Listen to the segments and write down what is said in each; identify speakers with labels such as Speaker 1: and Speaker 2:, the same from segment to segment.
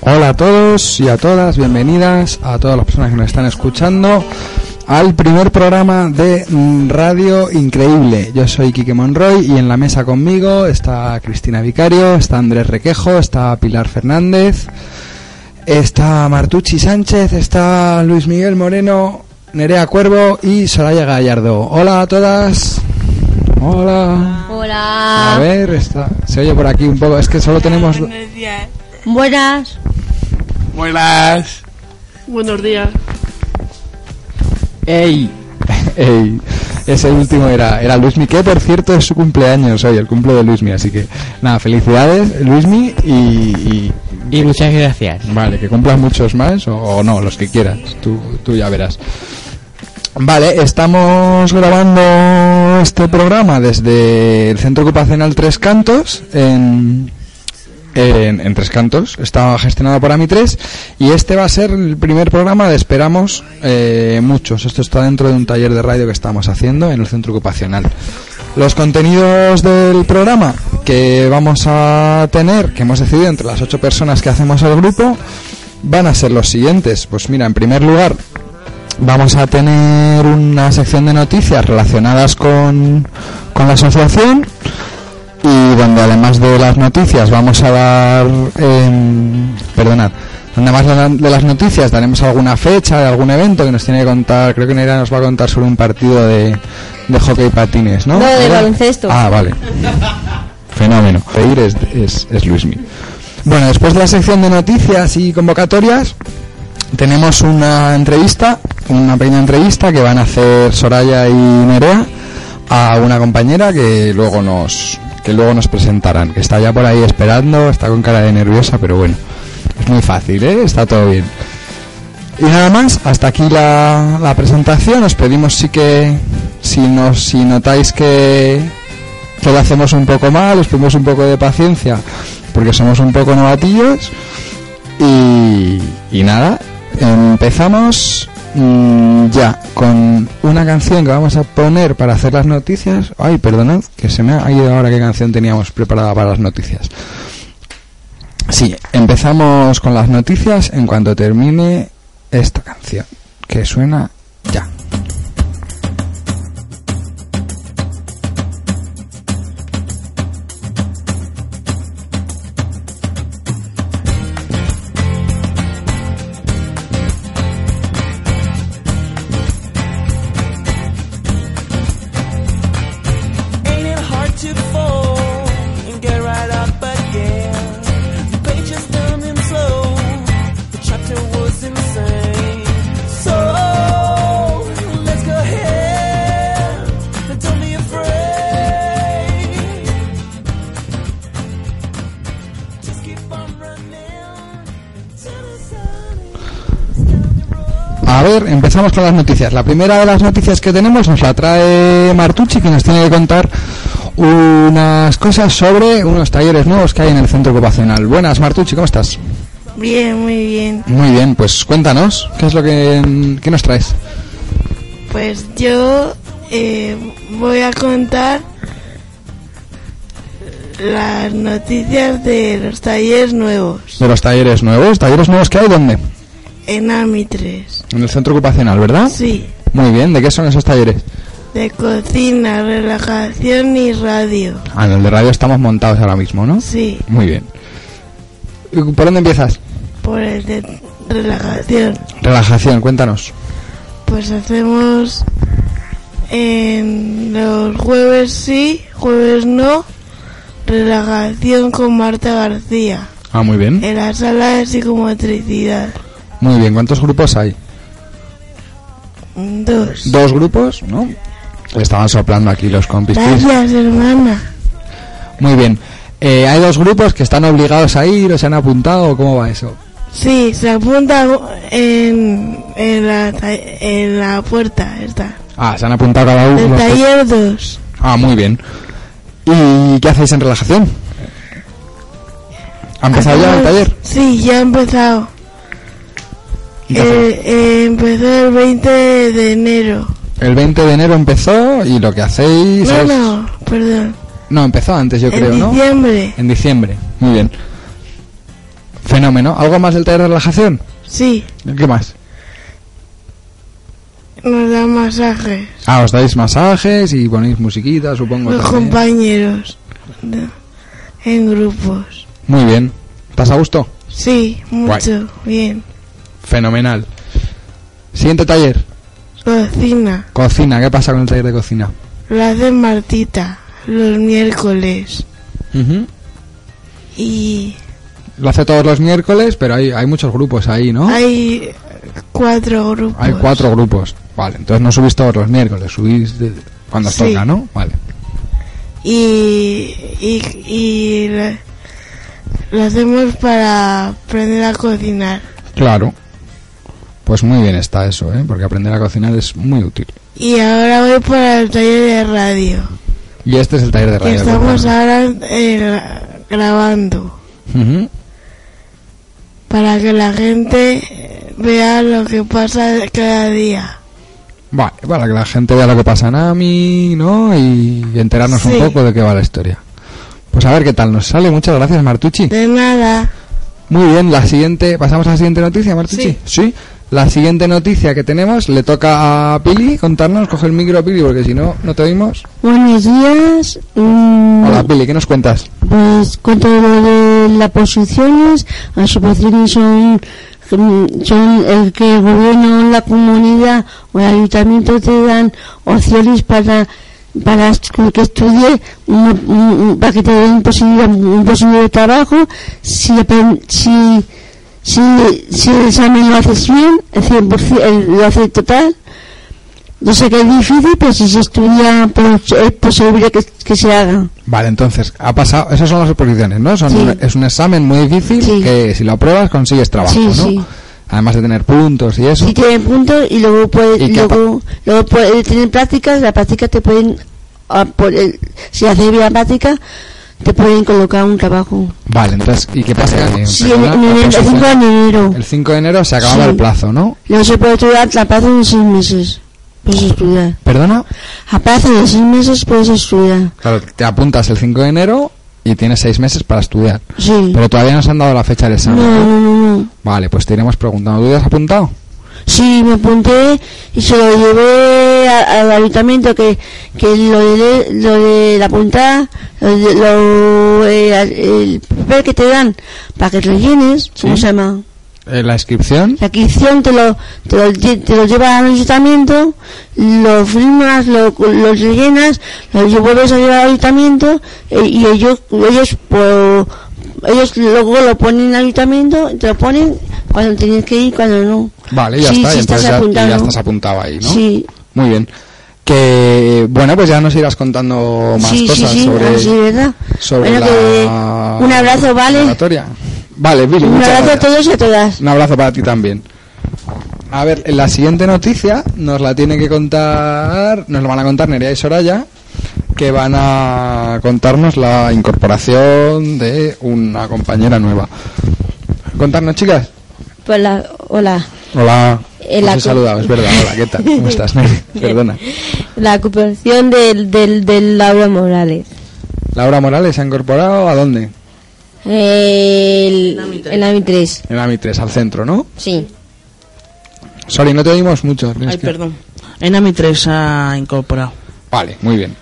Speaker 1: Hola a todos y a todas, bienvenidas a todas las personas que nos están escuchando al primer programa de mm, Radio Increíble. Yo soy Quique Monroy y en la mesa conmigo está Cristina Vicario, está Andrés Requejo, está Pilar Fernández, está Martucci Sánchez, está Luis Miguel Moreno, Nerea Cuervo y Soraya Gallardo. Hola a todas. Hola. A
Speaker 2: Hola.
Speaker 1: ver, está- se oye por aquí un poco, es que solo tenemos...
Speaker 2: Buenas.
Speaker 3: Buenas.
Speaker 4: Buenos días.
Speaker 1: ¡Ey! ¡Ey! Ese último era, era Luismi, que por cierto es su cumpleaños hoy, el cumple de Luismi, así que nada, felicidades Luismi y, y-
Speaker 3: Y muchas gracias.
Speaker 1: Vale, que cumplas muchos más o, o no, los que quieras, tú, tú ya verás. Vale, estamos grabando este programa desde el Centro Ocupacional Tres Cantos en, en, en Tres Cantos. Está gestionado por AMI3 y este va a ser el primer programa de esperamos eh, muchos. Esto está dentro de un taller de radio que estamos haciendo en el Centro Ocupacional. Los contenidos del programa que vamos a tener, que hemos decidido entre las ocho personas que hacemos el grupo, van a ser los siguientes. Pues mira, en primer lugar, vamos a tener una sección de noticias relacionadas con, con la asociación y donde además de las noticias vamos a dar em, perdonad donde además de las noticias daremos alguna fecha de algún evento que nos tiene que contar creo que Nerea nos va a contar sobre un partido de, de hockey patines no
Speaker 2: No, de
Speaker 1: Nerea?
Speaker 2: baloncesto.
Speaker 1: ah vale fenómeno reír es, es, es Luismi bueno después de la sección de noticias y convocatorias tenemos una entrevista, una pequeña entrevista que van a hacer Soraya y Nerea a una compañera que luego nos que luego nos presentarán, que está ya por ahí esperando, está con cara de nerviosa, pero bueno, es muy fácil, ¿eh? está todo bien. Y nada más, hasta aquí la, la presentación, os pedimos sí que si nos si notáis que que lo hacemos un poco mal, os pedimos un poco de paciencia, porque somos un poco novatillos. Y, y nada, empezamos mm, ya con una canción que vamos a poner para hacer las noticias. Ay, perdonad, que se me ha ido ahora qué canción teníamos preparada para las noticias. Sí, empezamos con las noticias en cuanto termine esta canción, que suena ya.
Speaker 5: Ain't it hard to fall and get right up again? The page is turning slow. The chapter was insane. So let's go ahead and don't be afraid. Just keep on running till the sun is down the road.
Speaker 1: A ver, empezamos con las noticias. La primera de las noticias que tenemos nos la trae Martucci, que nos tiene que contar unas cosas sobre unos talleres nuevos que hay en el centro ocupacional. Buenas, Martucci, ¿cómo estás?
Speaker 4: Bien, muy bien.
Speaker 1: Muy bien, pues cuéntanos, ¿qué es lo que qué nos traes?
Speaker 4: Pues yo eh, voy a contar las noticias de los talleres nuevos
Speaker 1: De los talleres nuevos, talleres nuevos que hay, ¿dónde?
Speaker 4: en AMI 3.
Speaker 1: En el centro ocupacional, ¿verdad?
Speaker 4: Sí,
Speaker 1: Muy bien, ¿de qué son esos talleres?
Speaker 4: de cocina, relajación y radio.
Speaker 1: Ah, en el de radio estamos montados ahora mismo, ¿no?
Speaker 4: Sí,
Speaker 1: Muy bien. ¿Por dónde empiezas?
Speaker 4: Por el Pues de relajación.
Speaker 1: Relajación, cuéntanos.
Speaker 4: Pues hacemos en los jueves sí, jueves no, relajación con Marta García.
Speaker 1: Ah, muy bien.
Speaker 4: En la sala de psicomotricidad.
Speaker 1: Muy bien, ¿cuántos grupos hay?
Speaker 4: Dos.
Speaker 1: Dos grupos, ¿no? Estaban soplando aquí los compis.
Speaker 4: Gracias, hermana.
Speaker 1: Muy bien. Eh, hay dos grupos que están obligados a ir o se han apuntado, o ¿cómo va eso?
Speaker 4: Sí, se apunta en, en, la, ta- en la puerta, está.
Speaker 1: Ah, se han apuntado cada uno.
Speaker 4: Del
Speaker 1: los que-
Speaker 4: taller 2.
Speaker 1: Ah, muy bien. ¿Y qué hacéis en relajación? ¿Ha empezado ya el taller?
Speaker 4: Sí, ya ha empezado.
Speaker 1: ¿Y qué hacéis?
Speaker 4: Eh, eh, empezó el 20 de enero.
Speaker 1: El 20 de enero empezó y lo que hacéis
Speaker 4: No,
Speaker 1: es...
Speaker 4: no, perdón.
Speaker 1: No, empezó antes, yo creo,
Speaker 4: en
Speaker 1: ¿no?
Speaker 4: diciembre.
Speaker 1: En diciembre. Muy bien. Fenómeno. ¿Algo más del taller de relajación?
Speaker 4: Sí,
Speaker 1: ¿Qué más?
Speaker 4: nos dan masajes.
Speaker 1: Ah, os dais masajes y ponéis musiquita, supongo.
Speaker 4: Los
Speaker 1: también.
Speaker 4: compañeros. de- En grupos.
Speaker 1: Muy bien. ¿Estás a gusto?
Speaker 4: Sí, mucho. Bien.
Speaker 1: Fenomenal. Siguiente taller.
Speaker 4: Cocina.
Speaker 1: Cocina. ¿Qué pasa con el taller de cocina?
Speaker 4: Lo hace Martita los miércoles. Y
Speaker 1: Lo hace todos los miércoles, pero hay, hay muchos grupos ahí, ¿no?
Speaker 4: hay cuatro grupos.
Speaker 1: Hay cuatro grupos. Vale, entonces no subís todos los miércoles, subís de- cuando os
Speaker 4: Sí.
Speaker 1: toca, ¿no? Vale.
Speaker 4: y, y, y la- lo hacemos para aprender a cocinar.
Speaker 1: Claro. Pues muy bien está eso, ¿eh? Porque aprender a cocinar es muy útil.
Speaker 4: Y ahora voy para el taller de radio.
Speaker 1: Y este es el taller de
Speaker 4: Que
Speaker 1: radio.
Speaker 4: estamos
Speaker 1: ¿verdad?
Speaker 4: ahora eh, grabando
Speaker 1: Ujú.
Speaker 4: para que la gente eh, vea lo que pasa cada día.
Speaker 1: Vale, para que la gente vea lo que pasa en AMI, ¿no? Y enterarnos
Speaker 4: Sí.
Speaker 1: un poco de qué va la historia. Pues a ver qué tal nos sale. Muchas gracias, Martucci.
Speaker 4: De nada.
Speaker 1: Muy bien, la siguiente. ¿Pasamos a la siguiente noticia, Martucci?
Speaker 4: Sí.
Speaker 1: La siguiente noticia que tenemos le toca a Pili contarnos. Coge el micro, Pili, porque si no, no te oímos.
Speaker 2: Buenos días. mm,
Speaker 1: Hola, Pili, ¿qué nos cuentas?
Speaker 2: Pues cuento lo de las posiciones. Las posiciones son, mm, son el que el gobierno, la comunidad o el ayuntamiento te dan opciones para para estu- que estudie, una- un- un- para que te den posibilidad, un posible de trabajo, si, apren- si, si, si el examen lo haces bien, el 100%, el- lo haces total, yo sé que es difícil, pero si se estudia, pues es posible que, que se haga.
Speaker 1: Vale, entonces, ha pasado. Esas son las oposiciones, ¿no? Son
Speaker 2: Sí.
Speaker 1: un- es un examen muy difícil
Speaker 2: Sí.
Speaker 1: que si lo apruebas consigues trabajo,
Speaker 2: Sí,
Speaker 1: ¿no?
Speaker 2: sí.
Speaker 1: Además de tener puntos y eso.
Speaker 2: Si tienen puntos y luego puedes,
Speaker 1: ¿Y qué
Speaker 2: luego, luego puedes tener prácticas, las prácticas te pueden, ah, por el- si haces bien la práctica, te pueden colocar un trabajo.
Speaker 1: Vale, entonces, ¿y qué pasa? Eh,
Speaker 2: Sí, en,
Speaker 1: perdona,
Speaker 2: en
Speaker 1: la
Speaker 2: el, el 5 de
Speaker 1: posición.
Speaker 2: enero.
Speaker 1: El 5 de enero se acababa
Speaker 2: Sí.
Speaker 1: el plazo, ¿no?
Speaker 2: Luego se puede estudiar a plazo de 6 meses. Puedes estudiar.
Speaker 1: ¿Perdona?
Speaker 2: A plazo de 6 meses puedes estudiar.
Speaker 1: Claro, te apuntas el 5 de enero y tienes seis meses para estudiar.
Speaker 2: Sí.
Speaker 1: Pero todavía no se han dado la fecha del
Speaker 2: No,
Speaker 1: examen.
Speaker 2: no, no, no.
Speaker 1: Vale, pues te iremos preguntando. ¿Tú te has apuntado?
Speaker 2: Sí, me apunté y se lo llevé a- al ayuntamiento que, que lo, de, lo de la puntada, lo, de- lo, eh, al- el papel que te dan para que te lo llenes, ¿cómo
Speaker 1: Sí.
Speaker 2: se llama?
Speaker 1: Eh, ¿La inscripción?
Speaker 2: La inscripción te lo, te lo, lle- te lo lleva al ayuntamiento, lo firmas, lo, lo rellenas, lo lle- vuelves a llevar al ayuntamiento eh, y ellos, ellos, por- ellos luego lo ponen al ayuntamiento, te lo ponen cuando tienes que ir, cuando no.
Speaker 1: Vale, ya
Speaker 2: Sí,
Speaker 1: está.
Speaker 2: sí,
Speaker 1: y
Speaker 2: estás
Speaker 1: entonces ya,
Speaker 2: apuntado,
Speaker 1: y ya
Speaker 2: ¿no?
Speaker 1: estás apuntado ahí, ¿no?
Speaker 2: Sí,
Speaker 1: Muy bien. Que, bueno, pues ya nos irás contando más
Speaker 2: sí,
Speaker 1: cosas
Speaker 2: sí, sí,
Speaker 1: sobre,
Speaker 2: ah, sí, ¿verdad?
Speaker 1: sobre
Speaker 2: Bueno,
Speaker 1: la...
Speaker 2: que un abrazo, ¿vale?
Speaker 1: Moratoria. Vale, Billy,
Speaker 2: Un
Speaker 1: muchas
Speaker 2: abrazo a
Speaker 1: gracias.
Speaker 2: todos y a todas.
Speaker 1: Un abrazo para ti también. A ver, la siguiente noticia nos la tiene que contar, nos la van a contar Nerea y Soraya, que van a contarnos la incorporación de una compañera nueva. Contarnos, chicas.
Speaker 6: Hola, Pues hola.
Speaker 1: Hola.
Speaker 6: Eh,
Speaker 1: No
Speaker 6: la
Speaker 1: os he
Speaker 6: co-
Speaker 1: saludado, es verdad. Hola, ¿qué tal? ¿Cómo estás, Nerea? Perdona.
Speaker 6: La ocupación del, del, del Laura Morales.
Speaker 1: Laura Morales se ha incorporado a dónde?
Speaker 6: El, el AMI 3.
Speaker 1: En AMI 3, al centro, ¿no?
Speaker 6: Sí.
Speaker 1: Sorry, no te oímos mucho. tienes
Speaker 4: Ay,
Speaker 1: que-
Speaker 4: perdón.
Speaker 7: En AMI 3 ha incorporado.
Speaker 1: Vale, muy bien.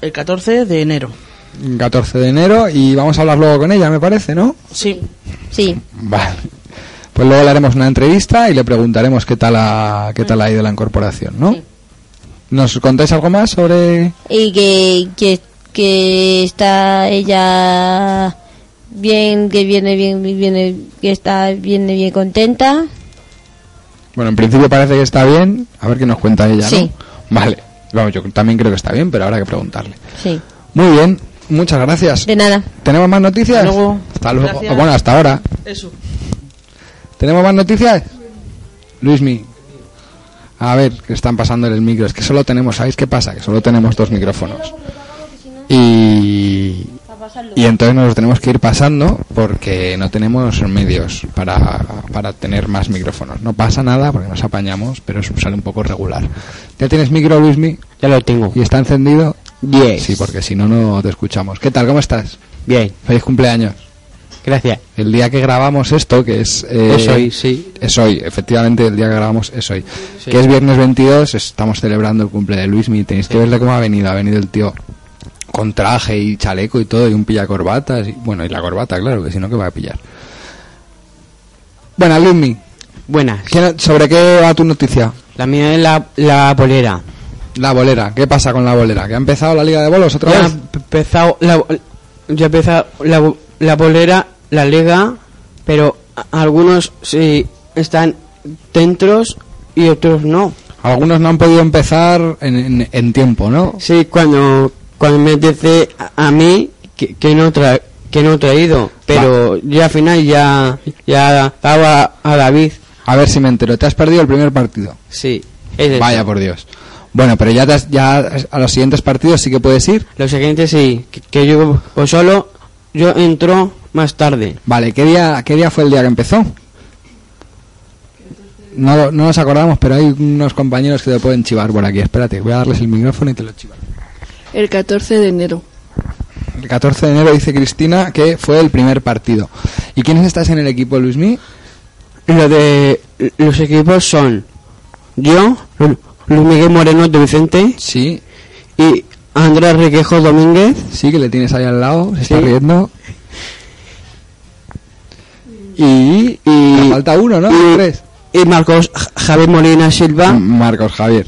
Speaker 7: El 14 de enero.
Speaker 1: 14 de enero, y vamos a hablar luego con ella, me parece, ¿no?
Speaker 7: Sí.
Speaker 6: Sí.
Speaker 1: Vale. Pues luego le haremos una entrevista y le preguntaremos qué tal ha, qué tal ha ido la incorporación, ¿no?
Speaker 6: Sí.
Speaker 1: ¿Nos contáis algo más sobre...?
Speaker 6: Y que, que, que está ella bien, que viene bien, viene, que está, viene bien contenta.
Speaker 1: Bueno, en principio parece que está bien. A ver qué nos cuenta ella,
Speaker 6: Sí.
Speaker 1: ¿no? Vale. Vamos, yo también creo que está bien, pero habrá que preguntarle.
Speaker 6: Sí.
Speaker 1: Muy bien. Muchas gracias.
Speaker 6: De nada.
Speaker 1: ¿Tenemos más noticias?
Speaker 7: Hasta luego.
Speaker 1: Hasta luego.
Speaker 7: Gracias.
Speaker 1: O Bueno, hasta ahora.
Speaker 7: Eso.
Speaker 1: ¿Tenemos más noticias? Luismi. A ver, que están pasando en el micro. Es que solo tenemos, ¿sabéis qué pasa? Que solo tenemos dos micrófonos. Y, y entonces nos los tenemos que ir pasando porque no tenemos medios para, para tener más micrófonos. No pasa nada porque nos apañamos, pero eso sale un poco regular. ¿Ya tienes micro, Luismi?
Speaker 3: Ya lo tengo.
Speaker 1: ¿Y está encendido?
Speaker 3: Yes.
Speaker 1: Sí, porque si no, no te escuchamos. ¿Qué tal? ¿Cómo estás?
Speaker 3: Bien,
Speaker 1: Feliz cumpleaños.
Speaker 3: gracias.
Speaker 1: El día que grabamos esto, que es... eh,
Speaker 3: Eso y sí.
Speaker 1: es hoy, efectivamente, el día que grabamos es hoy.
Speaker 3: Sí.
Speaker 1: Que es viernes 22, estamos celebrando el cumple de Luismi. Tenéis que verle cómo ha venido. Ha venido el tío con traje y chaleco y todo, y un pilla corbatas. Y, bueno, y la corbata, claro, que si no, que va a pillar. Bueno, Luismi,
Speaker 3: Buenas.
Speaker 1: ¿quién- ¿sobre qué va tu noticia?
Speaker 3: La mía es la, la polera.
Speaker 1: La bolera, ¿qué pasa con la bolera? ¿Que ha empezado la liga de bolos otra
Speaker 3: Ya ha
Speaker 1: vez?
Speaker 3: empezado la, ya ha empezado la, la polera, la liga, pero a- algunos sí están dentro y otros no.
Speaker 1: Algunos no han podido empezar en, en- en tiempo, ¿no?
Speaker 3: Sí, cuando, cuando me dice a, a mí que, que no tra, que no he traído, pero ya al final ya, ya daba a David.
Speaker 1: A ver si me entero, te has perdido el primer partido.
Speaker 3: Sí, es eso.
Speaker 1: Vaya por Dios. Bueno, pero ya, te has- ya a los siguientes partidos sí que puedes ir.
Speaker 3: Lo siguiente sí, que, que yo o solo, yo entro más tarde.
Speaker 1: Vale, ¿qué día, ¿qué día fue el día que empezó? No, lo- no nos acordamos, pero hay unos compañeros que te pueden chivar por aquí. Espérate, voy a darles el micrófono y te lo chivan.
Speaker 4: El 14 de enero.
Speaker 1: El 14 de enero dice Cristina que fue el primer partido. ¿Y quiénes estás en el equipo, Luismi?
Speaker 3: Lo de los equipos son yo, Lu- Luis Miguel Moreno de Vicente
Speaker 1: Sí,
Speaker 3: y Andrés Riquejo Domínguez.
Speaker 1: sí, que le tienes ahí al lado, se está
Speaker 3: Sí.
Speaker 1: riendo.
Speaker 3: Y, y,
Speaker 1: Te falta uno, ¿no?
Speaker 3: y-
Speaker 1: Tres.
Speaker 3: y Marcos J- Javier Molina Silva.
Speaker 1: Marcos Javier.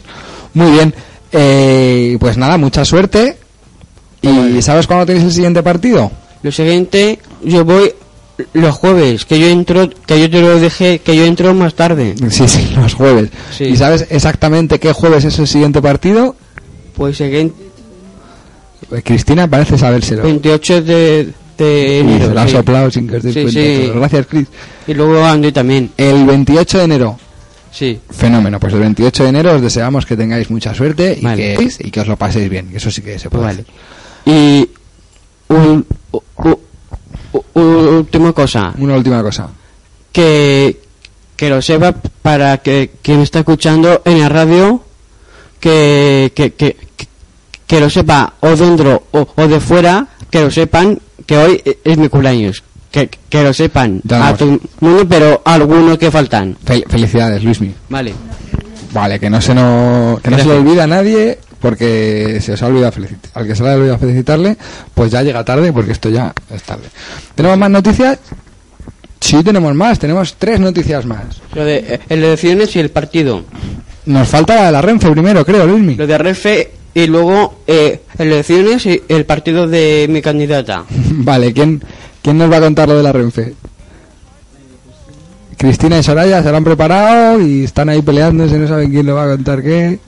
Speaker 1: Muy bien. Eh, pues nada, mucha suerte. ¿Y sabes cuándo tenéis el siguiente partido?
Speaker 3: Lo siguiente, yo voy los jueves, que yo entro, que yo te lo dije, que yo entro más tarde.
Speaker 1: Sí, sí, los jueves.
Speaker 3: Sí.
Speaker 1: ¿Y sabes exactamente qué jueves es el siguiente partido?
Speaker 3: Pues siguiente,
Speaker 1: Pues Cristina parece sabérselo.
Speaker 3: 28 de,
Speaker 1: Y
Speaker 3: de
Speaker 1: se
Speaker 3: enero.
Speaker 1: lo ha
Speaker 3: sí.
Speaker 1: soplado sin que os deis
Speaker 3: Sí,
Speaker 1: cuenta.
Speaker 3: sí.
Speaker 1: Pero Gracias, Cris.
Speaker 3: Y luego Andy también,
Speaker 1: El 28 de enero.
Speaker 3: sí.
Speaker 1: Fenómeno. Pues el 28 de enero os deseamos que tengáis mucha suerte y,
Speaker 3: Vale.
Speaker 1: que, y que os lo paséis bien. que Eso sí que se puede.
Speaker 3: Vale.
Speaker 1: hacer.
Speaker 3: Y un- u- u- u- última cosa,
Speaker 1: Una última cosa.
Speaker 3: que, que lo sepa para que quien está escuchando en la radio, que, que, que, que- que lo sepa o dentro o, o de fuera, que lo sepan que hoy e- es mi cumpleaños. Que, que lo sepan
Speaker 1: Ya
Speaker 3: a
Speaker 1: nos-
Speaker 3: todo el mundo, pero a algunos que faltan.
Speaker 1: Fel- felicidades, Luismi.
Speaker 3: Vale.
Speaker 1: Vale, que no se no, que no se
Speaker 3: Gracias.
Speaker 1: lo olvida a nadie, porque se os ha olvidado felicitar. Al que se le ha olvidado felicitarle, pues ya llega tarde, porque esto ya es tarde. ¿Tenemos más noticias? Sí, tenemos más, tenemos tres noticias más.
Speaker 3: Lo de eh, elecciones y el partido.
Speaker 1: Nos falta la de la Renfe primero, creo, Luismi.
Speaker 3: Lo de Renfe y luego eh, elecciones y el partido de mi candidata.
Speaker 1: Vale, ¿quién, ¿quién nos va a contar lo de la Renfe? Cristina y Soraya se lo han preparado y están ahí peleándose, no saben quién lo va a contar qué.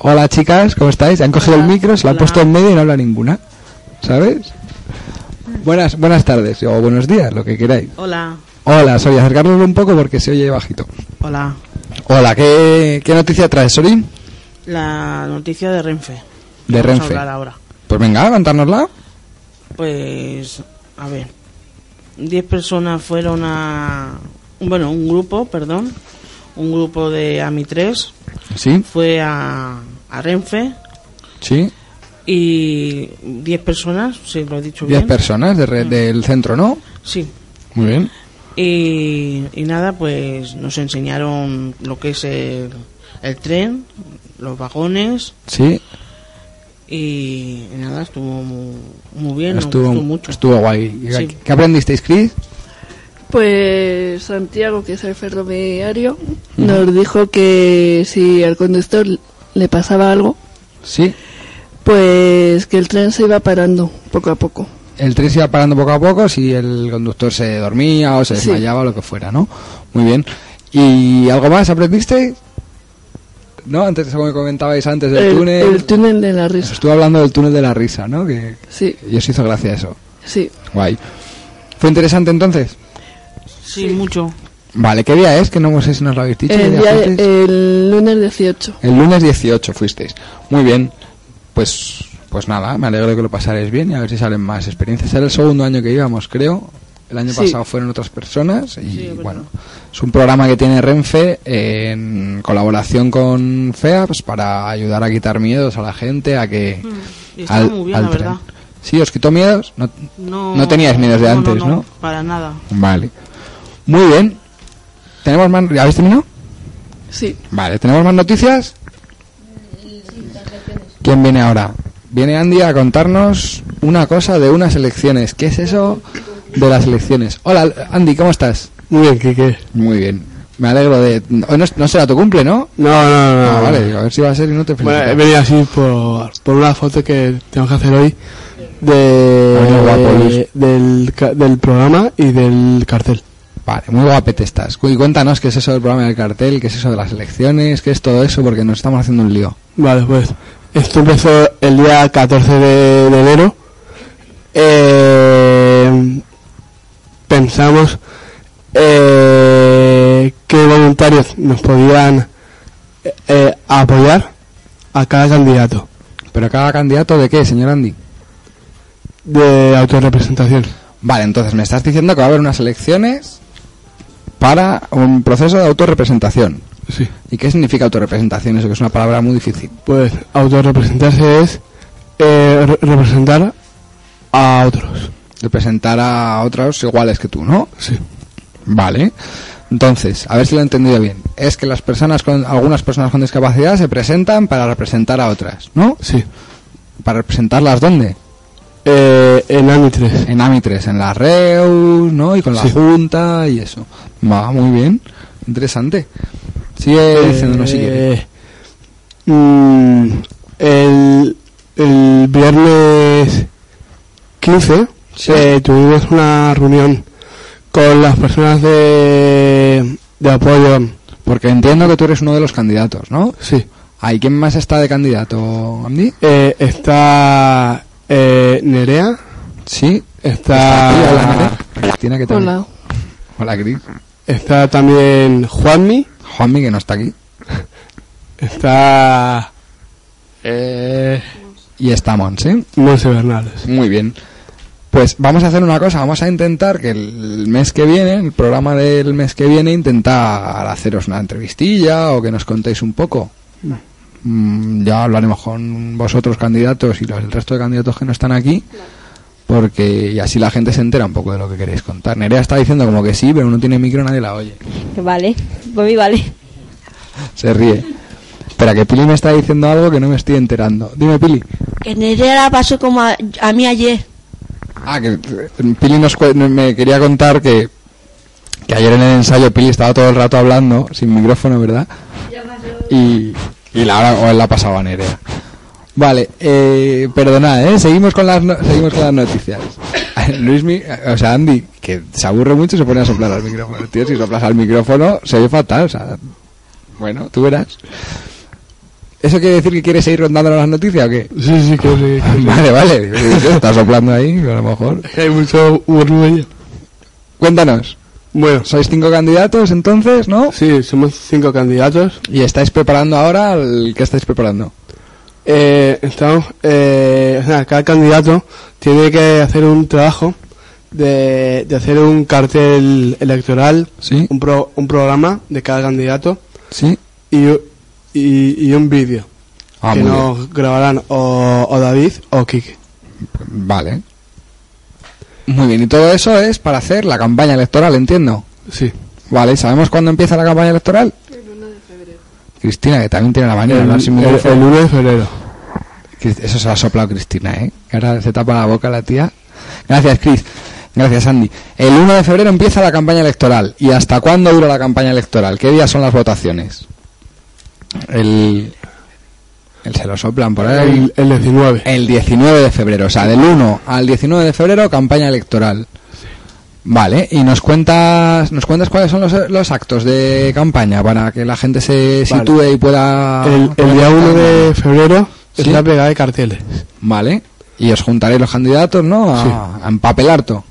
Speaker 1: Hola chicas, ¿cómo estáis? Han cogido el micro, se lo han puesto en medio y no habla ninguna. ¿Sabes? Buenas, buenas tardes o buenos días, lo que queráis.
Speaker 7: Hola.
Speaker 1: Hola, Soria, acercarnos un poco porque se oye bajito.
Speaker 7: Hola.
Speaker 1: Hola, ¿qué, qué noticia traes, Sorín?
Speaker 7: La noticia de Renfe.
Speaker 1: De
Speaker 7: Vamos
Speaker 1: Renfe.
Speaker 7: A hablar ahora.
Speaker 1: Pues venga, contárnosla.
Speaker 7: Pues, a ver. Diez personas fueron a... Bueno, un grupo, perdón. Un grupo de AMI 3
Speaker 1: Sí,
Speaker 7: fue a, a Renfe
Speaker 1: sí.
Speaker 7: y diez personas, si lo he dicho
Speaker 1: Diez
Speaker 7: bien. Mm.
Speaker 1: personas de re- del centro, ¿no?
Speaker 7: Sí.
Speaker 1: Muy bien.
Speaker 7: Y, y nada, pues nos enseñaron lo que es el, el tren, los vagones
Speaker 1: Sí,
Speaker 7: Y nada, estuvo mu- muy, bien, nos
Speaker 1: estuvo,
Speaker 7: gustó mucho.
Speaker 1: estuvo guay. ¿Qué-
Speaker 7: Sí.
Speaker 1: ¿Qué aprendisteis, Chris?
Speaker 8: Pues Santiago, que es el ferroviario, nos dijo que si al conductor le pasaba algo,
Speaker 1: Sí.
Speaker 8: pues que el tren se iba parando poco a poco.
Speaker 1: El tren se iba parando poco a poco si el conductor se dormía o se
Speaker 8: Sí.
Speaker 1: desmayaba o lo que fuera, ¿no? Muy bien. ¿Y algo más aprendiste? ¿No? Antes, como comentabais antes del
Speaker 8: el,
Speaker 1: túnel.
Speaker 8: el túnel de la risa.
Speaker 1: Estuve hablando del túnel de la risa, ¿no? Que,
Speaker 8: Sí,
Speaker 1: y os hizo gracia eso.
Speaker 8: sí.
Speaker 1: Guay. ¿Fue interesante entonces?
Speaker 7: Sí, mucho.
Speaker 1: Vale, ¿qué día es? Que no sé si nos lo habéis dicho. ¿qué
Speaker 8: El,
Speaker 1: día
Speaker 8: día-
Speaker 1: fuisteis?
Speaker 8: el lunes 18.
Speaker 1: El lunes 18 fuisteis. Muy bien. Pues pues nada, me alegro de que lo pasaréis bien y a ver si salen más experiencias. Era el segundo año que íbamos, creo. El año
Speaker 8: Sí.
Speaker 1: pasado fueron otras personas y
Speaker 7: Sí, es verdad.
Speaker 1: bueno, es un programa que tiene Renfe en colaboración con FEAPS para ayudar a quitar miedos a la gente, a que...
Speaker 7: Mm. Y estaba muy bien, la
Speaker 1: tren.
Speaker 7: verdad.
Speaker 1: Sí, os quitó miedos. No-
Speaker 7: No,
Speaker 1: No tenías miedos de antes, ¿no?
Speaker 7: Para nada.
Speaker 1: Vale. Muy bien. ¿Tenemos más... ¿Habéis terminado?
Speaker 8: Sí.
Speaker 1: Vale, ¿tenemos más noticias? ¿Quién viene ahora? Viene Andy a contarnos una cosa de unas elecciones. ¿Qué es eso de las elecciones? Hola, Andy, ¿cómo estás?
Speaker 9: Muy bien, Quique.
Speaker 1: Muy bien. Me alegro de... Hoy no, no será tu cumple, ¿no?
Speaker 9: No, no, no.
Speaker 1: Ah,
Speaker 9: no.
Speaker 1: vale, a ver si va a ser y no te
Speaker 9: Bueno, he
Speaker 1: felicito.
Speaker 9: venido así por, por una foto que tengo que hacer hoy de,
Speaker 1: Ay, guapo, Luis.
Speaker 9: del, ca- del programa y del cartel.
Speaker 1: Vale, muy guapete estás. Cu- Y cuéntanos qué es eso del programa del cartel, qué es eso de las elecciones, qué es todo eso, porque nos estamos haciendo un lío.
Speaker 9: Vale, pues esto empezó el día 14 de, de enero. Eh, pensamos eh, qué voluntarios nos podían eh, eh, apoyar a cada candidato
Speaker 1: ¿Pero cada candidato de qué, señor Andy?
Speaker 9: de autorrepresentación.
Speaker 1: Vale, entonces me estás diciendo que va a haber unas elecciones para un proceso de autorrepresentación.
Speaker 9: Sí.
Speaker 1: ¿Y qué significa autorrepresentación? Eso que es una palabra muy difícil.
Speaker 9: Pues autorrepresentarse es eh, re- representar a otros.
Speaker 1: Representar a otros iguales que tú, ¿no?
Speaker 9: Sí.
Speaker 1: Vale. Entonces, a ver si lo he entendido bien. Es que las personas con algunas personas con discapacidad se presentan para representar a otras, ¿no?
Speaker 9: Sí.
Speaker 1: ¿Para representarlas dónde?
Speaker 9: Eh, en AMI3.
Speaker 1: En AMITRES, en la REU, ¿no? Y con la
Speaker 9: Sí.
Speaker 1: Junta y eso. Va, muy bien. Interesante. Sigue diciéndonos si quieres.
Speaker 9: Eh, mm, el, el viernes 15
Speaker 1: Sí.
Speaker 9: eh, tuvimos una reunión con las personas de, de apoyo.
Speaker 1: Porque entiendo que tú eres uno de los candidatos, ¿no?
Speaker 9: Sí.
Speaker 1: Ahí, ¿quién más está de candidato, Andy?
Speaker 9: Eh, está eh, Nerea.
Speaker 1: Sí.
Speaker 9: Está,
Speaker 1: Aquí, hola, Nere. Cristina, ¿qué tal?
Speaker 8: Hola.
Speaker 1: Hola, Cris.
Speaker 9: está también Juanmi.
Speaker 1: Juanmi, que no está aquí.
Speaker 9: Está. Eh,
Speaker 1: Y está Monse.
Speaker 9: Monse Bernales.
Speaker 1: Muy bien. Pues vamos a hacer una cosa, vamos a intentar que el mes que viene, el programa del mes que viene, intentar haceros una entrevistilla o que nos contéis un poco. Mm, ya hablaremos con vosotros candidatos y los, el resto de candidatos que no están aquí, porque y así la gente se entera un poco de lo que queréis contar. Nerea está diciendo como que sí, pero no tiene micro, nadie la oye.
Speaker 6: Vale, por mí vale.
Speaker 1: Se ríe. Espera, que Pili me está diciendo algo que no me estoy enterando. Dime, Pili.
Speaker 6: Que Nerea la pasó como a, a mí ayer.
Speaker 1: Ah, que eh, Pili nos cue- me quería contar que, que ayer en el ensayo Pili estaba todo el rato hablando, sin micrófono, ¿verdad? Y, y la hora o la pasaba Nerea. Vale, eh, perdonad, ¿eh? Seguimos con las, no- seguimos con las noticias. Luismi, o sea, Andy, que se aburre mucho, se pone a soplar al micrófono. Tío, si soplas al micrófono, se ve fatal, o sea... Bueno, tú verás. ¿Eso quiere decir que quieres seguir rondando las noticias o qué?
Speaker 9: Sí, sí, que sí. que sí.
Speaker 1: Vale, vale. Está soplando ahí, a lo mejor.
Speaker 9: Hay mucho burbuja.
Speaker 1: Cuéntanos.
Speaker 9: Bueno,
Speaker 1: Sois cinco candidatos entonces, ¿no?
Speaker 9: sí, somos cinco candidatos.
Speaker 1: Y estáis preparando ahora el que estáis preparando.
Speaker 9: Eh, estamos, eh, o sea, cada candidato tiene que hacer un trabajo de, de hacer un cartel electoral,
Speaker 1: Sí,
Speaker 9: un, pro- un programa de cada candidato
Speaker 1: sí.
Speaker 9: y, y, y un vídeo
Speaker 1: Ah,
Speaker 9: que
Speaker 1: muy
Speaker 9: nos grabarán o, o David o Kike.
Speaker 1: bien. Vale. Muy bien, y todo eso es para hacer la campaña electoral, entiendo.
Speaker 9: Sí.
Speaker 1: Vale, ¿y ¿sabemos cuándo empieza la campaña electoral? El 1 de febrero. Cristina, que también tiene la manera de
Speaker 9: el,
Speaker 1: hablar sin
Speaker 9: el-
Speaker 1: micrófono.
Speaker 9: el 1 de febrero.
Speaker 1: Chris- Eso se lo ha soplado Cristina, ¿eh? Que Ahora se tapa la boca la tía. Gracias, Chris. Gracias, Andy. El 1 de febrero empieza la campaña electoral. ¿Y hasta cuándo dura la campaña electoral? ¿Qué días son las votaciones? El. el se lo soplan por ahí. El, 19. El 19 de febrero. O sea, del 1 al 19 de febrero, campaña electoral. Vale, y nos cuentas, nos cuentas cuáles son los, los actos de campaña para que la gente se
Speaker 9: Vale.
Speaker 1: sitúe y pueda.
Speaker 9: El, el día 1 de febrero es
Speaker 1: Ah, Sí.
Speaker 9: la pegada de carteles.
Speaker 1: Vale, y os juntaréis los candidatos, ¿no? A,
Speaker 9: Sí.
Speaker 1: a empapelar todo.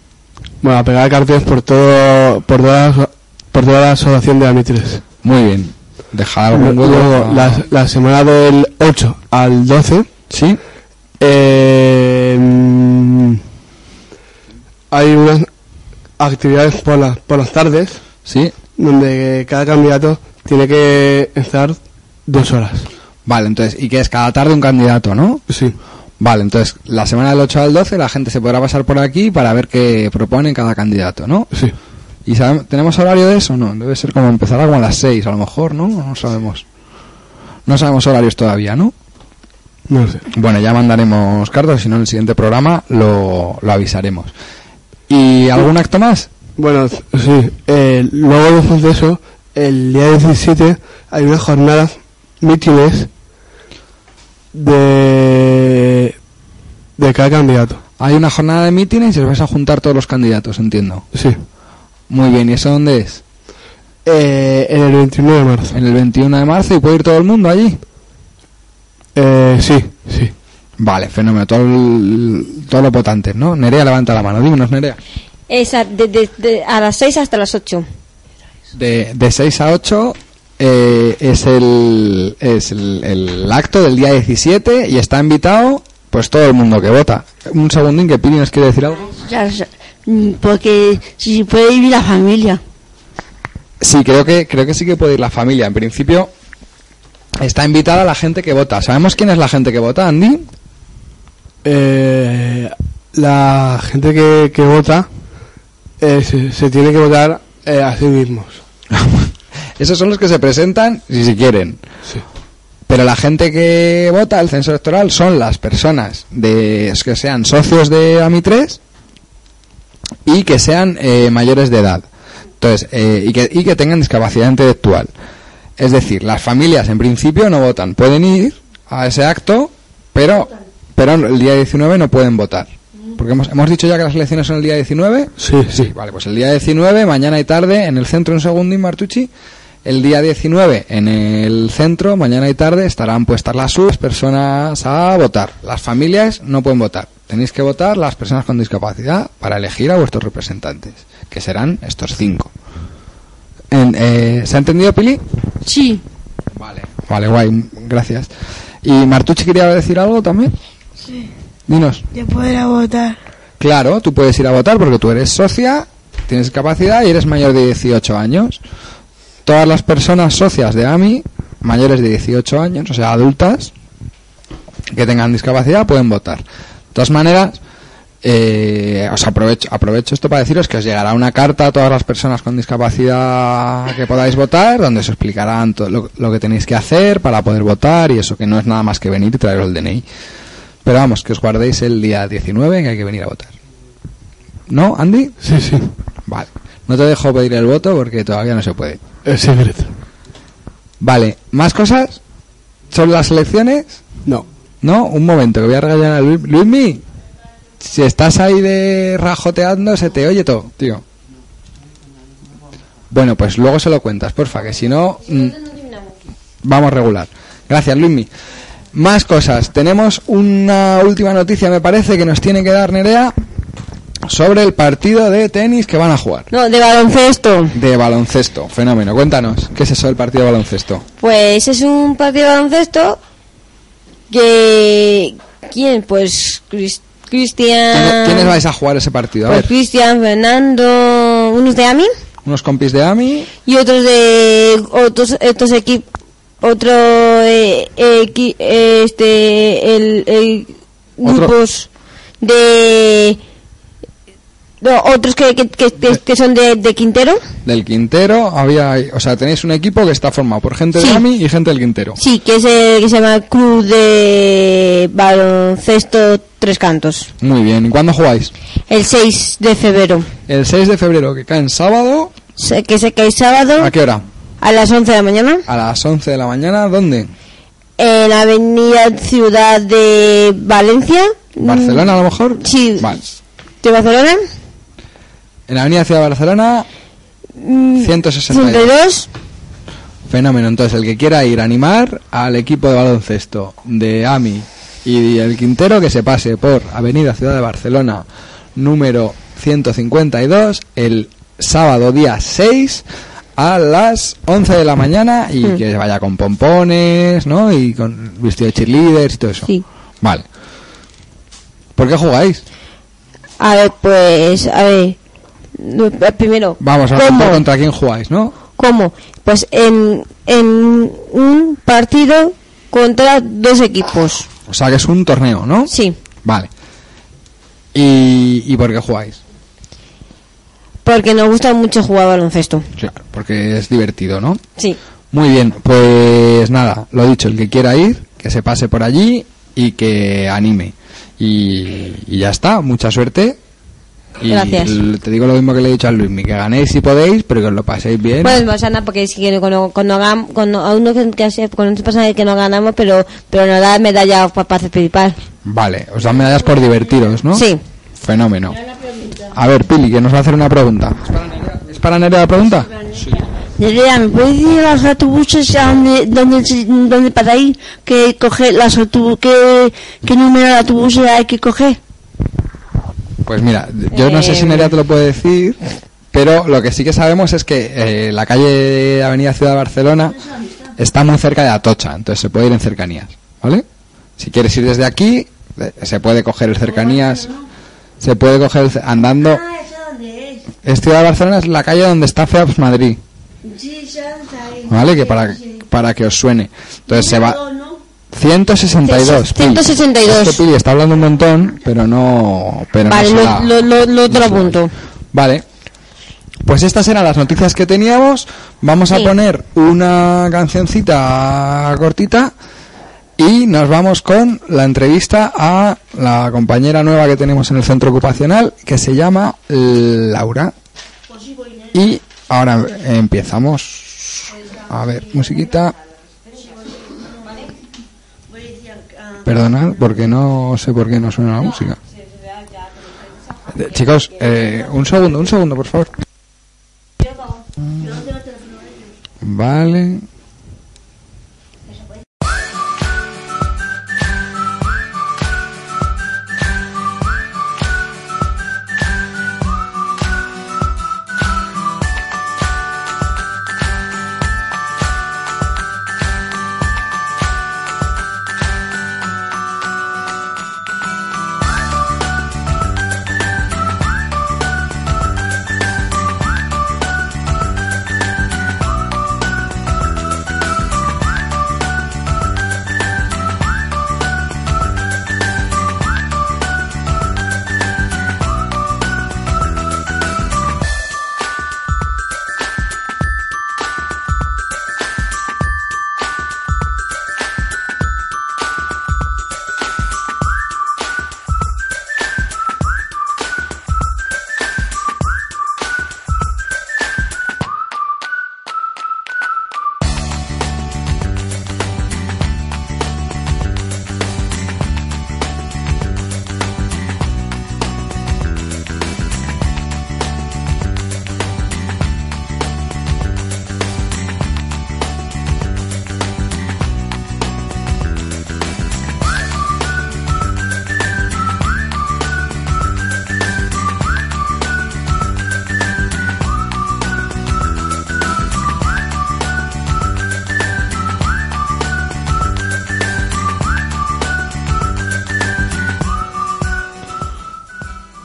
Speaker 9: Bueno, la pegada de carteles por todo por toda la, por toda la asociación de Amitres.
Speaker 1: Muy bien. Dejar algún hueco
Speaker 9: Luego,
Speaker 1: a-
Speaker 9: la, la semana del 8 al 12.
Speaker 1: Sí.
Speaker 9: hay unas actividades por, las por las tardes.
Speaker 1: Sí.
Speaker 9: Donde cada candidato tiene que estar dos horas.
Speaker 1: Vale, entonces, y que es cada tarde un candidato, ¿no?
Speaker 9: Sí.
Speaker 1: Vale, entonces, la semana del 8 al 12 la gente se podrá pasar por aquí para ver qué propone cada candidato, ¿no?
Speaker 9: Sí.
Speaker 1: ¿Y sabe- tenemos horario de eso? No, debe ser como empezará como a las 6, a lo mejor, ¿no? No sabemos. No sabemos horarios todavía, ¿no?
Speaker 9: No sé.
Speaker 1: Bueno, ya mandaremos cartas, si no en el siguiente programa lo, lo avisaremos. ¿Y algún acto más?
Speaker 9: Bueno, sí. eh, luego después de eso, el día 17 hay unas jornadas, mítines, de, de cada candidato.
Speaker 1: Hay una jornada de mítines y os vais a juntar todos los candidatos, entiendo.
Speaker 9: Sí.
Speaker 1: Muy bien, ¿y eso dónde es?
Speaker 9: Eh, en el 21 de marzo.
Speaker 1: En el 21 de marzo y puede ir todo el mundo allí.
Speaker 9: Eh, sí, sí.
Speaker 1: Vale, fenómeno. Todo el- Todos los votantes, ¿no? Nerea levanta la mano. Dímonos, Nerea.
Speaker 6: Esa, de, de- de- a las 6 hasta las 8.
Speaker 1: De, de 6 a 8 eh, es, el, es el, el acto del día 17 y está invitado pues todo el mundo que vota. Un segundín que Piri nos quiere decir algo.
Speaker 2: Ya, ya, mm, Porque si puede vivir la familia.
Speaker 1: Sí, creo que, creo que sí que puede ir la familia. En principio está invitada la gente que vota. ¿Sabemos quién es la gente que vota, Andy?
Speaker 9: Eh, la gente que, que vota eh, se, se tiene que votar eh, a sí mismos.
Speaker 1: Esos son los que se presentan si se quieren.
Speaker 9: Sí.
Speaker 1: Pero la gente que vota el censo electoral son las personas de que sean socios de AMI3 y que sean eh, mayores de edad. Entonces, eh, y, que, y que tengan discapacidad intelectual. Es decir, las familias en principio no votan. Pueden ir a ese acto, pero, pero el día 19 no pueden votar. Porque hemos, hemos dicho ya que las elecciones son el día 19.
Speaker 9: Sí, sí.
Speaker 1: Vale, pues el día 19, mañana y tarde, en el centro en Segundín, Martucci. El día 19, en el centro, mañana y tarde, estarán puestas las sus personas a votar. Las familias no pueden votar. Tenéis que votar las personas con discapacidad para elegir a vuestros representantes, que serán estos cinco. En, eh, ¿Se ha entendido, Pili?
Speaker 2: Sí.
Speaker 1: Vale. Vale, guay, gracias. ¿Y Martucci quería decir algo también?
Speaker 4: Sí.
Speaker 1: Dinos.
Speaker 4: Ya podrá votar.
Speaker 1: Claro, tú puedes ir a votar porque tú eres socia, tienes capacidad y eres mayor de 18 años. Todas las personas socias de AMI, mayores de 18 años, o sea, adultas, que tengan discapacidad, pueden votar. De todas maneras, eh, os aprovecho, aprovecho esto para deciros que os llegará una carta a todas las personas con discapacidad que podáis votar, donde os explicarán todo lo, lo que tenéis que hacer para poder votar y eso, que no es nada más que venir y traeros el DNI. Pero vamos, que os guardéis el día 19 que hay que venir a votar. ¿No, Andy?
Speaker 9: Sí, sí.
Speaker 1: Vale. No te dejo pedir el voto porque todavía no se puede.
Speaker 9: Es secreto.
Speaker 1: Vale, ¿más cosas? ¿Son las elecciones?
Speaker 9: No.
Speaker 1: No, un momento, que voy a regalar a Luis. Luismi, si estás ahí de rajoteando, se te oye todo, tío. Bueno, pues luego se lo cuentas, porfa, que si no. mm, vamos regular. Gracias, Luismi. Más cosas. Tenemos una última noticia, me parece, que nos tiene que dar Nerea sobre el partido de tenis que van a jugar.
Speaker 6: No, de baloncesto.
Speaker 1: De baloncesto, fenómeno. Cuéntanos, ¿qué es eso del partido de baloncesto?
Speaker 6: Pues es un partido de baloncesto que... ¿Quién? Pues Cris- Cristian...
Speaker 1: ¿Quiénes vais a jugar ese partido? A
Speaker 6: Ah. Pues
Speaker 1: ver,
Speaker 6: Cristian, Fernando, unos de AMI
Speaker 1: unos compis de AMI.
Speaker 6: y otros de otros estos equipos otro eh, equi- eh, este el, el
Speaker 1: Otro.
Speaker 6: grupos de No, otros que, que, que- que- que son de, de Quintero.
Speaker 1: Del Quintero había, o sea, tenéis un equipo que está formado por gente
Speaker 6: Sí.
Speaker 1: de AMI y gente del Quintero.
Speaker 6: Sí, que, es el que se llama Club de Baloncesto Tres Cantos.
Speaker 1: Muy bien, ¿y cuándo jugáis?
Speaker 6: El 6 de febrero.
Speaker 1: El 6 de febrero, que cae en sábado.
Speaker 6: Se- Que se cae sábado
Speaker 1: ¿A qué hora?
Speaker 6: a las 11 de la mañana
Speaker 1: A las 11 de la mañana, ¿dónde?
Speaker 6: en la avenida Ciudad de Valencia.
Speaker 1: ¿Barcelona a lo mejor?
Speaker 6: Sí.
Speaker 1: Vale.
Speaker 6: ¿De Barcelona?
Speaker 1: En la avenida Ciudad de Barcelona,
Speaker 6: Mm,
Speaker 1: 162.
Speaker 6: 32.
Speaker 1: Fenómeno, entonces el que quiera ir a animar al equipo de baloncesto de AMI y el Quintero que se pase por Avenida Ciudad de Barcelona número 152 el sábado día 6 a las 11 de la mañana y
Speaker 6: Mm.
Speaker 1: que vaya con pompones, ¿no? Y con vestido de cheerleaders y todo eso.
Speaker 6: Sí.
Speaker 1: Vale. ¿Por qué jugáis?
Speaker 6: A ver, pues, a ver. no, eh, Primero,
Speaker 1: Vamos a
Speaker 6: ¿cómo?
Speaker 1: ver contra quién jugáis, ¿no?
Speaker 6: ¿Cómo? Pues en, en un partido contra dos equipos.
Speaker 1: O sea que es un torneo, ¿no?
Speaker 6: Sí.
Speaker 1: Vale. ¿Y, y por qué jugáis?
Speaker 6: Porque nos gusta mucho jugar baloncesto.
Speaker 1: Claro, porque es divertido, ¿no?
Speaker 6: Sí.
Speaker 1: Muy bien, pues nada, lo dicho, el que quiera ir, que se pase por allí y que anime. Y, y ya está, mucha suerte. Y
Speaker 6: Gracias.
Speaker 1: l- te digo lo mismo que le he dicho a Luismi, que ganéis si podéis, pero que os lo paséis bien.
Speaker 6: Bueno, más nada Pues, porque si que cuando, cuando, hagam- cuando a uno que, que hace- con otras personas que no ganamos, pero pero nos da medalla para participar.
Speaker 1: Vale, os dan medallas por divertiros, ¿no?
Speaker 6: Sí.
Speaker 1: Fenómeno. A ver, Pili, que nos va a hacer una pregunta. ¿Es para Nerea, ¿Es para Nerea la pregunta?
Speaker 2: Nerea, ¿me puedes decir los autobuses a dónde, dónde, se- dónde para ir? ¿Qué, coger las autobu- qué, ¿Qué número de autobuses hay que coger?
Speaker 1: Pues mira, yo no sé si
Speaker 2: Eh,
Speaker 1: Nerea te lo puede decir, pero lo que sí que sabemos es que eh, la calle Avenida Ciudad de Barcelona está muy cerca de Atocha, entonces se puede ir en cercanías, ¿vale? Si quieres ir desde aquí, eh, se puede coger el cercanías, se puede coger el ce- andando. Ah, Es Ciudad de Barcelona, es la calle donde está FEAPS Madrid, ¿vale? Que para, para que os suene. Entonces se va... 162. Pili.
Speaker 6: 162.
Speaker 1: Es que Pili está hablando un montón, pero no... Pero no
Speaker 6: Pues- vale,
Speaker 1: se
Speaker 6: lo,
Speaker 1: la-
Speaker 6: lo, lo- lo otro punto.
Speaker 1: Vale. Pues estas eran las noticias que teníamos. Vamos a
Speaker 6: Sí.
Speaker 1: poner una cancioncita cortita y nos vamos con la entrevista a la compañera nueva que tenemos en el centro ocupacional que se llama Laura. Y ahora empezamos. A ver, musiquita. Perdonad porque no sé por qué no suena la música. Eh, Chicos, eh, un segundo, un segundo, por favor. Vale.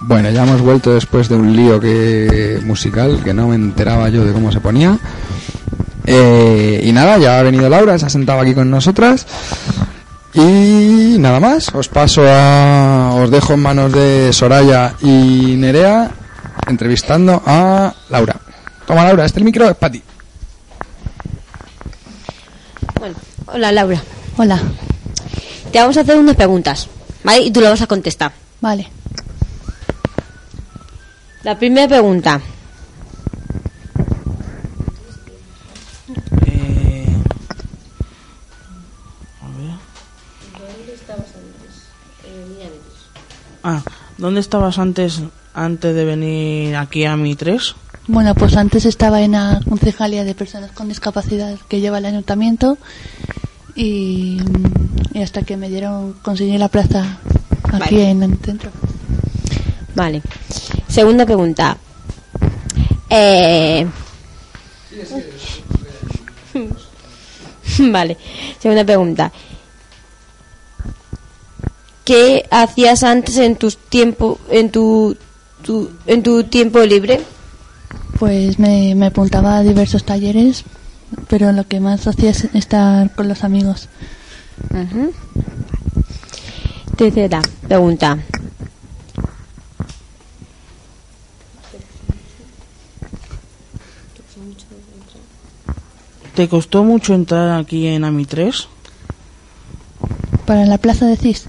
Speaker 1: Bueno, ya hemos vuelto después de un lío que musical que no me enteraba yo de cómo se ponía. Eh, y nada, ya ha venido Laura, se ha sentado aquí con nosotras. Y nada más, os paso a. Os dejo en manos de Soraya y Nerea entrevistando a Laura. Toma, Laura, este el micro es para ti.
Speaker 6: Bueno, hola Laura. Hola. Te vamos a hacer unas preguntas, ¿vale? Y tú las vas a contestar.
Speaker 10: Vale.
Speaker 6: La primera pregunta.
Speaker 7: Ah, ¿dónde estabas antes antes de venir aquí a mi 3?
Speaker 10: Bueno, pues antes estaba en la Concejalía de Personas con Discapacidad que lleva el Ayuntamiento y, y hasta que me dieron, conseguí la plaza aquí
Speaker 6: Vale.
Speaker 10: en el centro.
Speaker 6: Vale. Segunda pregunta. Eh... vale. Segunda pregunta. ¿Qué hacías antes en tus tiempo en tu, tu- en tu tiempo libre?
Speaker 10: Pues me, me apuntaba a diversos talleres, pero lo que más hacía es estar con los amigos.
Speaker 6: Tercera pregunta.
Speaker 7: ¿Te costó mucho entrar aquí en AMI 3?
Speaker 10: Para la plaza de CIS.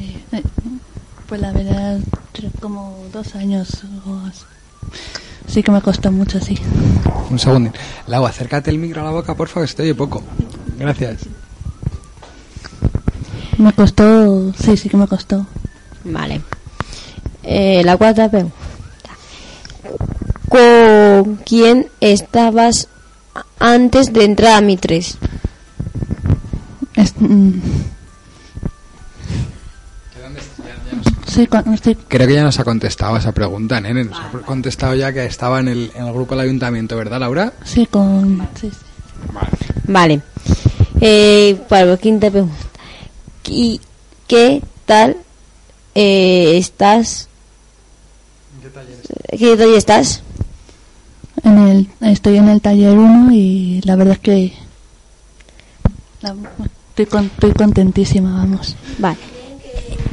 Speaker 10: eh, eh, Pues la verdad, tre- como dos años. o así. Sí que me costó mucho, sí.
Speaker 1: Un segundo. Lau, acércate el micro a la boca, por favor, que se te oye poco. Gracias.
Speaker 10: Me costó, sí, sí que me costó.
Speaker 6: Vale. Eh, la cuarta pregunta. ¿Con quién estabas antes de entrar a mi 3?
Speaker 10: Es- mm. Sí, con- estoy-
Speaker 1: Creo que ya nos ha contestado esa pregunta, nene. Nos ha contestado ya que estaba en el, en el grupo del ayuntamiento, ¿verdad, Laura?
Speaker 10: sí, con... sí, sí.
Speaker 6: Vale. Eh, para la quinta pregunta. ¿Y qué tal eh, estás? ¿Qué tal estás?
Speaker 10: En el, estoy en el taller 1 y la verdad es que la- estoy, con- estoy contentísima, vamos.
Speaker 6: Vale.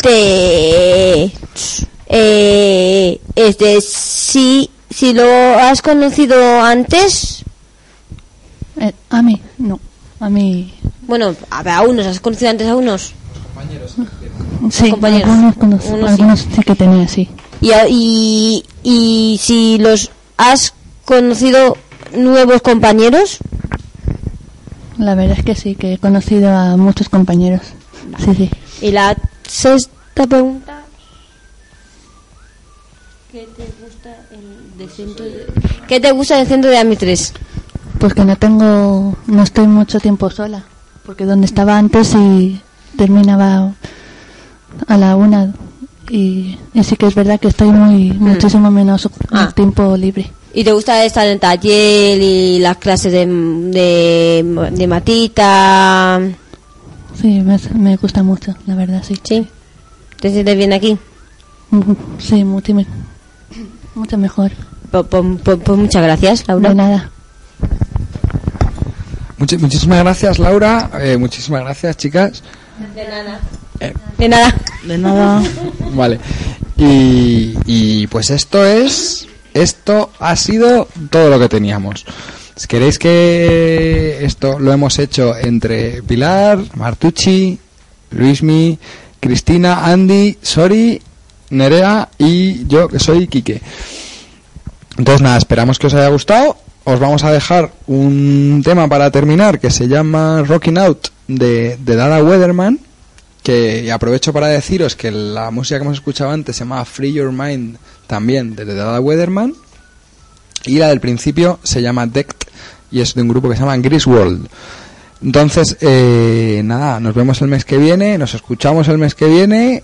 Speaker 6: Te... Eh, este, si, si lo has conocido antes,
Speaker 10: Eh, a mí, no. A mí,
Speaker 6: bueno, a, a unos, ¿has conocido antes a unos?
Speaker 10: sí,
Speaker 6: compañeros.
Speaker 10: algunos, conoz-
Speaker 6: Unos sí.
Speaker 10: algunos sí. que tenía, sí.
Speaker 6: Y, a- y, y si los has conocido nuevos compañeros,
Speaker 10: La verdad es que sí, que he conocido a muchos compañeros. Sí, sí.
Speaker 6: y la sexta pregunta. ¿Qué te gusta el de centro de... ¿Qué te gusta del centro de Amitres?
Speaker 10: Pues que no tengo, no estoy mucho tiempo sola, porque donde estaba antes y terminaba a la una y, y sí que es verdad que estoy muy
Speaker 6: Mm.
Speaker 10: muchísimo menos ocu-
Speaker 6: Ah.
Speaker 10: tiempo libre.
Speaker 6: ¿Y te gusta estar en el taller y las clases de, de, de matita?
Speaker 10: Sí, me, me gusta mucho, la verdad, sí. Mm,
Speaker 6: Sí. ¿Te sientes bien aquí?
Speaker 10: Sí, mucho, me- mucho mejor.
Speaker 6: Pues, pues- pues- pues muchas gracias, Laura.
Speaker 10: De nada.
Speaker 1: Muchi- muchísimas gracias, Laura. Eh, muchísimas gracias, chicas.
Speaker 6: De nada.
Speaker 1: Eh.
Speaker 6: De nada.
Speaker 7: De nada.
Speaker 1: Vale. Y, y, pues esto es. Esto ha sido todo lo que teníamos. Si queréis que esto lo hemos hecho entre Pilar, Martucci, Luismi, Cristina, Andy, Sori, Nerea y yo, que soy Quique. Entonces, nada, esperamos que os haya gustado. Os vamos a dejar un tema para terminar que se llama Rocking Out de, de Dada Weatherman. Que y aprovecho para deciros que la música que hemos escuchado antes se llama Free Your Mind también de Dada Weatherman. Y la del principio se llama Decked y es de un grupo que se llama Griswold. Entonces, eh, nada, nos vemos el mes que viene, nos escuchamos el mes que viene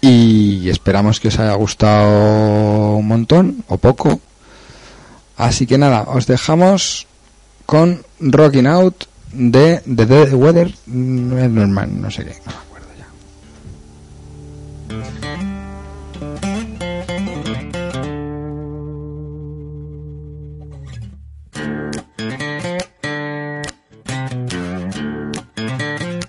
Speaker 1: y esperamos que os haya gustado un montón o poco. Así que nada, os dejamos con Rocking Out de The Dead Weather, no es normal, no sé qué.
Speaker 5: Thank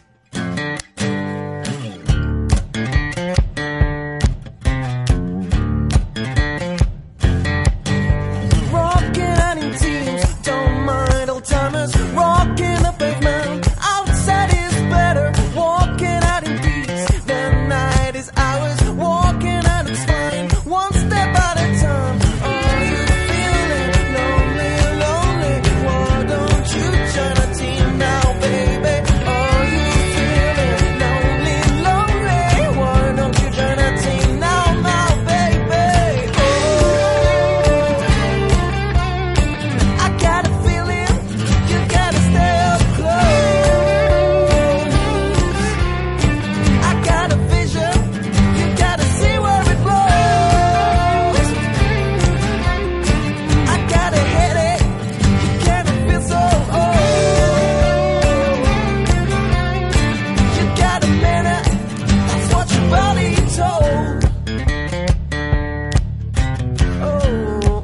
Speaker 5: Oh. Oh.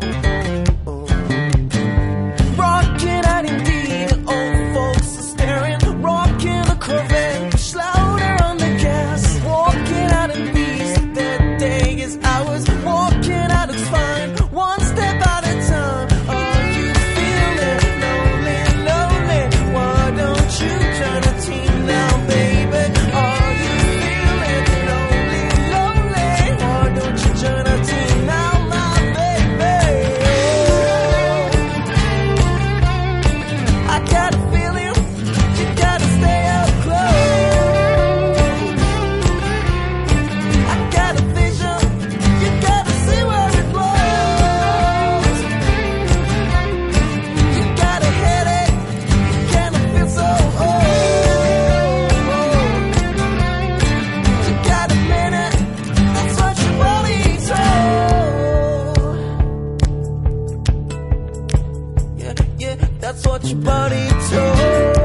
Speaker 5: that's what your body told